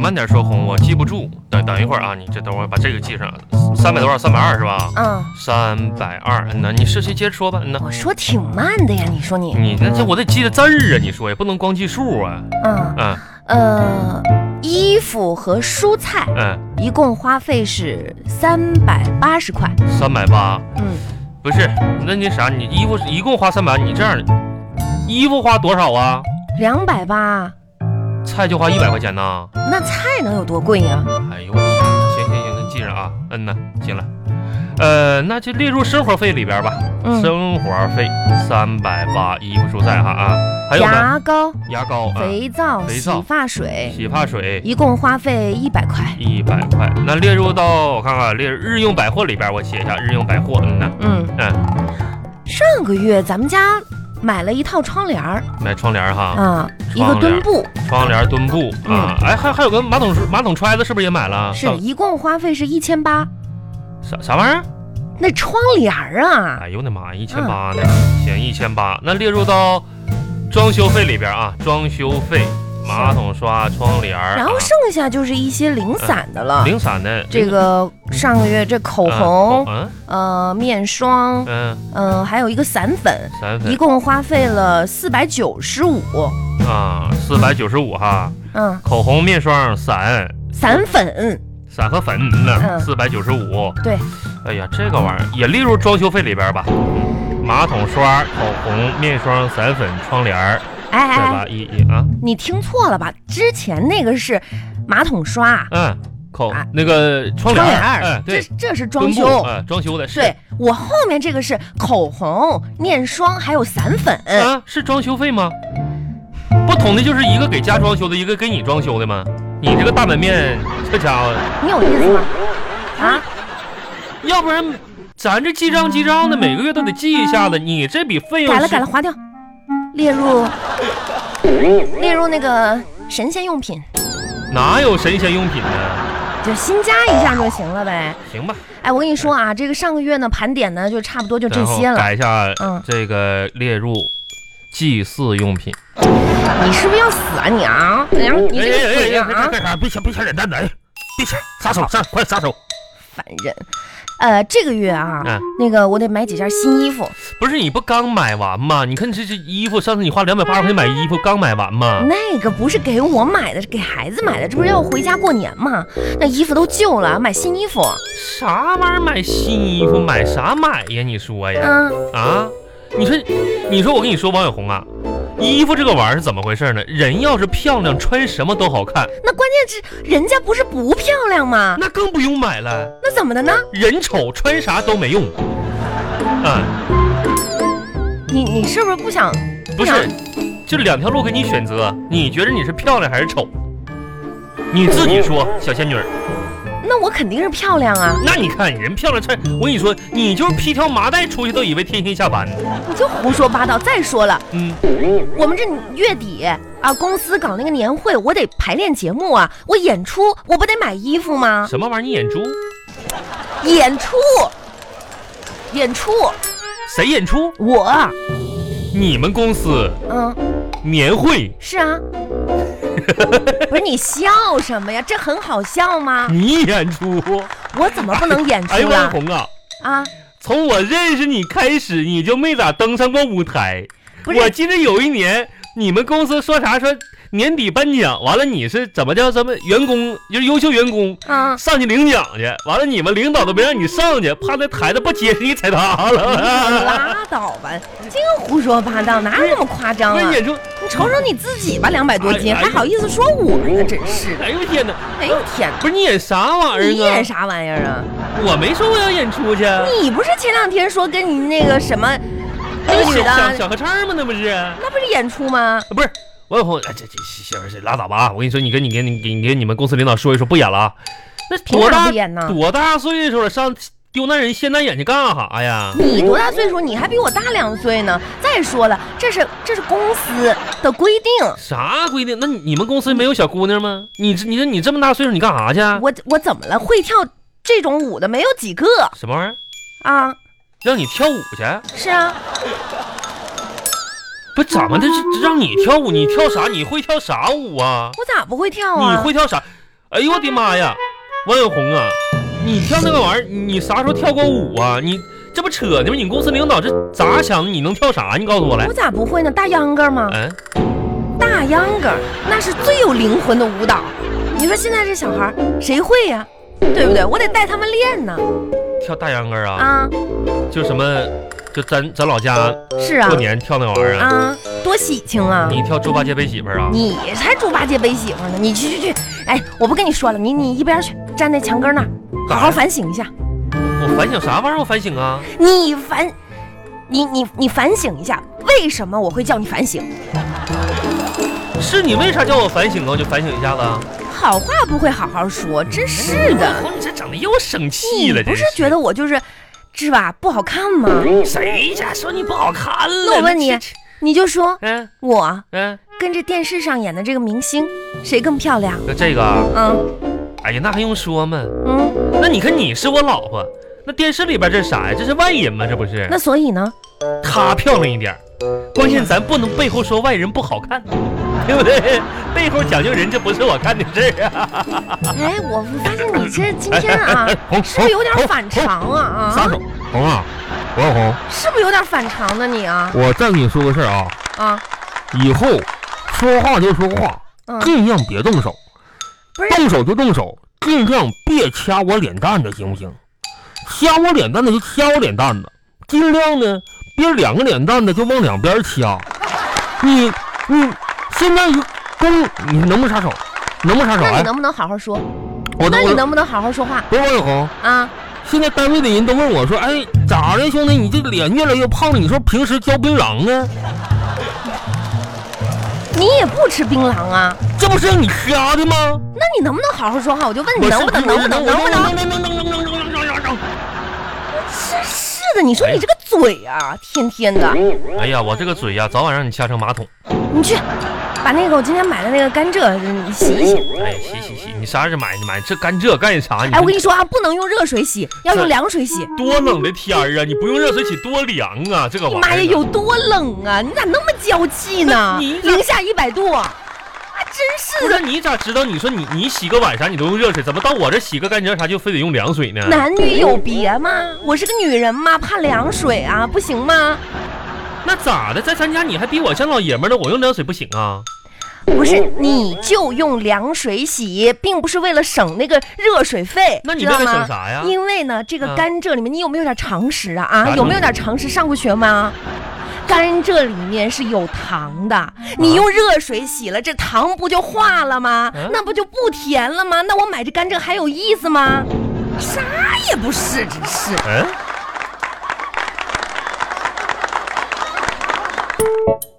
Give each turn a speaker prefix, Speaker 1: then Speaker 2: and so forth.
Speaker 1: 慢点说，红，我记不住。等等一会儿啊，你这等会儿把这个记上，三百多少？三百二是吧？
Speaker 2: 嗯，
Speaker 1: 三百二。嗯呐，你试试接着说吧。嗯呐，
Speaker 2: 我说挺慢的呀，你说你，
Speaker 1: 你那这我得记得字儿啊，你说也不能光记数啊。
Speaker 2: 嗯
Speaker 1: 嗯
Speaker 2: 呃，衣服和蔬菜
Speaker 1: 嗯，
Speaker 2: 一共花费是三百八十块。
Speaker 1: 三百八
Speaker 2: 嗯，
Speaker 1: 不是？那你啥？你衣服一共花三百，你这样衣服花多少啊？
Speaker 2: 两百八，
Speaker 1: 菜就花一百块钱呢？
Speaker 2: 那菜能有多贵啊呀？
Speaker 1: 哎呦我天！行行行，记着啊。嗯呐，行了。呃，那就列入生活费里边吧。
Speaker 2: 嗯，
Speaker 1: 生活费三百八，衣服蔬菜哈啊，还有呢，
Speaker 2: 牙膏、
Speaker 1: 牙膏啊，
Speaker 2: 肥皂、
Speaker 1: 肥
Speaker 2: 洗
Speaker 1: 皂
Speaker 2: 发水，
Speaker 1: 洗发水
Speaker 2: 一共花费一百块。
Speaker 1: 一百块。那列入到我看看，列入日用百货里边，我写一下日用百货。嗯呐，
Speaker 2: 嗯
Speaker 1: 嗯，
Speaker 2: 上个月咱们家买了一套窗帘儿
Speaker 1: 买窗帘哈，
Speaker 2: 啊，一个墩布，
Speaker 1: 窗帘、墩布啊，哎，还还有个马桶马桶揣子，是不是也买了？
Speaker 2: 嗯是一共花费是一千八。
Speaker 1: 啥啥玩意儿？
Speaker 2: 那窗帘儿啊，
Speaker 1: 哎呦我的妈，一千八呢？
Speaker 2: 嗯
Speaker 1: 行，一千八。那列入到装修费里边啊，装修费、马桶刷、窗帘，啊
Speaker 2: 然后剩下就是一些零散的了。
Speaker 1: 零散的
Speaker 2: 这个上个月这口红，
Speaker 1: 嗯
Speaker 2: 呃，面霜，
Speaker 1: 嗯，
Speaker 2: 嗯，还有一个散粉，
Speaker 1: 散粉
Speaker 2: 一。共花费了四百九十五。
Speaker 1: 啊，四百九十五哈，
Speaker 2: 嗯，
Speaker 1: 口红、面霜、伞、
Speaker 2: 散粉，
Speaker 1: 伞和粉呢，
Speaker 2: 嗯
Speaker 1: 四百九十五。
Speaker 2: 对，
Speaker 1: 哎呀，这个玩意儿也列入装修费里边吧。嗯马桶刷、口红、面霜、伞粉、窗帘儿，
Speaker 2: 哎
Speaker 1: 对
Speaker 2: 哎
Speaker 1: 吧？
Speaker 2: 哎，
Speaker 1: 一一啊，
Speaker 2: 你听错了吧？之前那个是马桶刷、
Speaker 1: 嗯，口
Speaker 2: 啊
Speaker 1: 那个窗帘
Speaker 2: 窗帘
Speaker 1: 儿，
Speaker 2: 儿
Speaker 1: 哎，，
Speaker 2: 这
Speaker 1: 对，
Speaker 2: 这是装
Speaker 1: 墩
Speaker 2: 修
Speaker 1: 布。哎，装修的是，
Speaker 2: 对我后面这个是口红、面霜还有散粉，
Speaker 1: 啊，是装修费吗？不同的就是一个给家装修的，一个给你装修的吗？你这个大门面，这家伙，
Speaker 2: 你有意思吗？啊，
Speaker 1: 要不然咱这记账记账的，每个月都得记一下子。你这笔费用
Speaker 2: 改了
Speaker 1: 是
Speaker 2: 改了，划掉，列入列入那个神仙用品，
Speaker 1: 哪有神仙用品呢？
Speaker 2: 就新加一下就行了呗。
Speaker 1: 行吧，
Speaker 2: 哎，我跟你说啊，这个上个月呢盘点呢就差不多就这
Speaker 1: 然后
Speaker 2: 些了。
Speaker 1: 改一下
Speaker 2: 嗯
Speaker 1: 这个列入祭祀用品。
Speaker 2: 你是不是要死啊你啊？哎呀，你这个嘴啊啊，
Speaker 1: 哎，别抢别抢脸蛋子，哎，别抢，撒手上，快撒手！
Speaker 2: 烦人。呃，这个月啊
Speaker 1: 嗯，
Speaker 2: 那个我得买几件新衣服，
Speaker 1: 不是你不刚买完吗？你看这这衣服，上次你花两百八十块钱买衣服，刚买完吗？
Speaker 2: 那个不是给我买的，是给孩子买的，这不是要回家过年吗？那衣服都旧了，买新衣服。
Speaker 1: 啥玩意儿买新衣服？买啥买呀？你说呀？
Speaker 2: 嗯，
Speaker 1: 啊？你说，你说我跟你说，王小红啊，衣服这个玩意儿是怎么回事呢？人要是漂亮，穿什么都好看，
Speaker 2: 那关键是人家不是不漂亮吗？
Speaker 1: 那更不用买了。
Speaker 2: 那怎么的呢？
Speaker 1: 人丑穿啥都没用。啊，
Speaker 2: 你你是不是不想？
Speaker 1: 不是
Speaker 2: 哎，
Speaker 1: 就两条路给你选择，你觉得你是漂亮还是丑？你自己说，小仙女儿。
Speaker 2: 那我肯定是漂亮啊！
Speaker 1: 那你看人漂亮穿，我跟你说，你就是披条麻袋出去都以为天仙下凡。
Speaker 2: 你就胡说八道。再说了，
Speaker 1: 嗯，
Speaker 2: 我们这月底啊，公司搞那个年会，我得排练节目啊，我演出，我不得买衣服吗？
Speaker 1: 什么玩意儿？你眼珠？
Speaker 2: 演出，演出，
Speaker 1: 谁演出？
Speaker 2: 我，
Speaker 1: 你们公司
Speaker 2: 嗯。
Speaker 1: 年会，
Speaker 2: 是啊，不是你笑什么呀？这很好笑吗？
Speaker 1: 你演出？
Speaker 2: 我怎么不能演
Speaker 1: 哎，
Speaker 2: 出
Speaker 1: 王
Speaker 2: 了
Speaker 1: 红啊，
Speaker 2: 啊？
Speaker 1: 从我认识你开始，你就没咋登上过舞台。
Speaker 2: 不
Speaker 1: 我
Speaker 2: 是，
Speaker 1: 记得有一年，你们公司说啥说年底颁奖，完了你是怎么叫什么员工，就是优秀员工
Speaker 2: 啊，
Speaker 1: 上去领奖去，完了你们领导都没让你上去，怕那台子不结实你踩塌了。
Speaker 2: 啊拉倒吧，净胡说八道，哪有那么夸张
Speaker 1: 那
Speaker 2: 啊？
Speaker 1: 演出，
Speaker 2: 你瞅瞅你自己吧，两百多斤，
Speaker 1: 哎哎哎
Speaker 2: 还好意思说我呢？真是的，
Speaker 1: 哎呦我天哪，
Speaker 2: 哎呦天哪！
Speaker 1: 不是你演啥玩
Speaker 2: 你
Speaker 1: 意儿啊
Speaker 2: 演？啥玩意儿啊？
Speaker 1: 我没说我要演出去，
Speaker 2: 你不是前两天说跟你那个什么那个
Speaker 1: 小
Speaker 2: 女
Speaker 1: 小
Speaker 2: 的，
Speaker 1: 小合唱吗？那不是，啊
Speaker 2: 那不是演出吗？
Speaker 1: 呃不是。王小红，哎这这媳妇儿，这拉倒吧啊！我跟你说，你跟你跟你跟你跟你们公司领导说一说，不演了啊。那
Speaker 2: 凭
Speaker 1: 多
Speaker 2: 啥
Speaker 1: 大
Speaker 2: 不演呢？
Speaker 1: 多大岁数了，上丢那人现那眼睛干啥呀？
Speaker 2: 你多大岁数？你还比我大两岁呢。再说了，这是这是公司的规定，
Speaker 1: 啥规定？那你你们公司没有小姑娘吗？你这你这你这么大岁数，你干啥去？啊
Speaker 2: 我我怎么了？会跳这种舞的没有几个
Speaker 1: 什么玩意儿？
Speaker 2: 啊！
Speaker 1: 让你跳舞去？
Speaker 2: 是啊，
Speaker 1: 不怎么的，这这让你跳舞，你跳啥？你会跳啥舞啊？
Speaker 2: 我咋不会跳
Speaker 1: 你
Speaker 2: 啊？
Speaker 1: 会跳啥？哎呦我的妈呀，王永红啊，你跳那个玩意儿，你啥时候跳过舞啊？你这不扯呢吗？你公司领导这咋想的？你能跳啥？你告诉我来
Speaker 2: 我。咋不会呢？大秧歌吗？
Speaker 1: 嗯、
Speaker 2: 大秧歌那是最有灵魂的舞蹈。你说现在这小孩儿谁会呀、对不对？我得带他们练呢。
Speaker 1: 跳大秧歌啊，
Speaker 2: 啊，
Speaker 1: 就什么，就咱咱老家
Speaker 2: 是啊
Speaker 1: 过，年跳那玩意儿啊。
Speaker 2: 啊，多喜庆啊！
Speaker 1: 你跳猪八戒背媳妇儿啊？
Speaker 2: 你才猪八戒背媳妇呢！你去去去！哎，我不跟你说了，你你一边去，站在墙根那儿，好好反省一下。
Speaker 1: 我反省啥玩意儿？我反省啊？
Speaker 2: 你反，你你你反省一下，为什么我会叫你反省？
Speaker 1: 是你为啥叫我反省啊？我就反省一下子啊。
Speaker 2: 好话不会好好说，真是的。
Speaker 1: 你这整的又生气
Speaker 2: 你
Speaker 1: 了，
Speaker 2: 不
Speaker 1: 真
Speaker 2: 是觉得我就是，是吧？不好看吗？
Speaker 1: 谁家说你不好看了？
Speaker 2: 那我问你
Speaker 1: 这，
Speaker 2: 你就说
Speaker 1: 嗯
Speaker 2: 我
Speaker 1: 嗯，
Speaker 2: 跟这电视上演的这个明星谁更漂亮？
Speaker 1: 那这个啊，
Speaker 2: 嗯
Speaker 1: 哎呀，那还用说吗？
Speaker 2: 嗯，
Speaker 1: 那你看你是我老婆，那电视里边这是啥呀？这是外人吗？这不是？
Speaker 2: 那所以呢？
Speaker 1: 她漂亮一点儿，关键咱不能背后说外人不好看， 对不对？背后讲究人，这不是我干的事儿啊。
Speaker 2: 哎，我发现你这今天 啊，
Speaker 1: 红
Speaker 2: 是不是有点反常啊？啊
Speaker 1: 撒，手，红啊，王红，
Speaker 2: 是不是有点反常呢？你啊
Speaker 1: 我再跟你说个事儿啊，
Speaker 2: 啊
Speaker 1: 以后说话就说话，
Speaker 2: 嗯，
Speaker 1: 尽量别动手，
Speaker 2: 不是
Speaker 1: 动手就动手，尽量别掐我脸蛋子，行不行？掐我脸蛋子就掐我脸蛋子，尽量呢别两个脸蛋子就往两边掐。你你现在就公你能不能插手？能不能插手？
Speaker 2: 那你
Speaker 1: 哎，
Speaker 2: 能不能好好说？
Speaker 1: 我
Speaker 2: 那
Speaker 1: 都
Speaker 2: 你
Speaker 1: 我都
Speaker 2: 能不能好好说话
Speaker 1: 不是王永红，
Speaker 2: 啊？
Speaker 1: 现在单位的人都问我说，哎咋的兄弟，你这脸越来越胖了，你说平时嚼槟榔呢？
Speaker 2: 你也不吃槟榔啊？
Speaker 1: 这不是让你掐的吗？
Speaker 2: 那你能不能好好说话？我就问
Speaker 1: 我
Speaker 2: 你能不能能不能能不
Speaker 1: 能能
Speaker 2: 能？
Speaker 1: 能能能能能能。
Speaker 2: 真是的，你说你这个嘴啊，天天的，
Speaker 1: 哎呀，我这个嘴呀、早晚让你掐成马桶。
Speaker 2: 你去把那个我今天买的那个甘蔗你洗一洗。
Speaker 1: 哎，洗洗洗，你啥时候买你买这甘蔗干啥？你
Speaker 2: 哎，我跟你说啊，不能用热水洗，要用凉水洗。
Speaker 1: 多冷的天儿啊，你不用热水洗多凉啊，这个玩意儿。
Speaker 2: 妈呀，有多冷啊！你咋那么娇气呢？
Speaker 1: 你
Speaker 2: 零下一百度，啊，
Speaker 1: 不
Speaker 2: 真是
Speaker 1: 是
Speaker 2: 的，
Speaker 1: 你咋知道？你说你你洗个碗啥你都用热水，怎么到我这洗个甘蔗啥就非得用凉水呢？
Speaker 2: 男女有别嘛。我是个女人嘛，怕凉水啊，不行吗？
Speaker 1: 那咋的？在咱家你还比我像老爷们儿呢，我用凉水不行啊？
Speaker 2: 不是，你就用凉水洗，并不是为了省那个热水费，
Speaker 1: 那你
Speaker 2: 知道
Speaker 1: 为了
Speaker 2: 吗
Speaker 1: 省啥呀
Speaker 2: 因为呢，这个
Speaker 1: 啊
Speaker 2: 甘蔗里面，你有没有点常识啊？
Speaker 1: 啥
Speaker 2: 啊，有
Speaker 1: 东
Speaker 2: 没
Speaker 1: 西
Speaker 2: 有点常识？上过学吗？甘蔗里面是有糖
Speaker 1: 啊
Speaker 2: 的，你用热水洗了，这糖不就化了吗？
Speaker 1: 啊
Speaker 2: 那不就不甜了吗？那我买这甘蔗还有意思吗？啥也不是，真是。
Speaker 1: 嗯、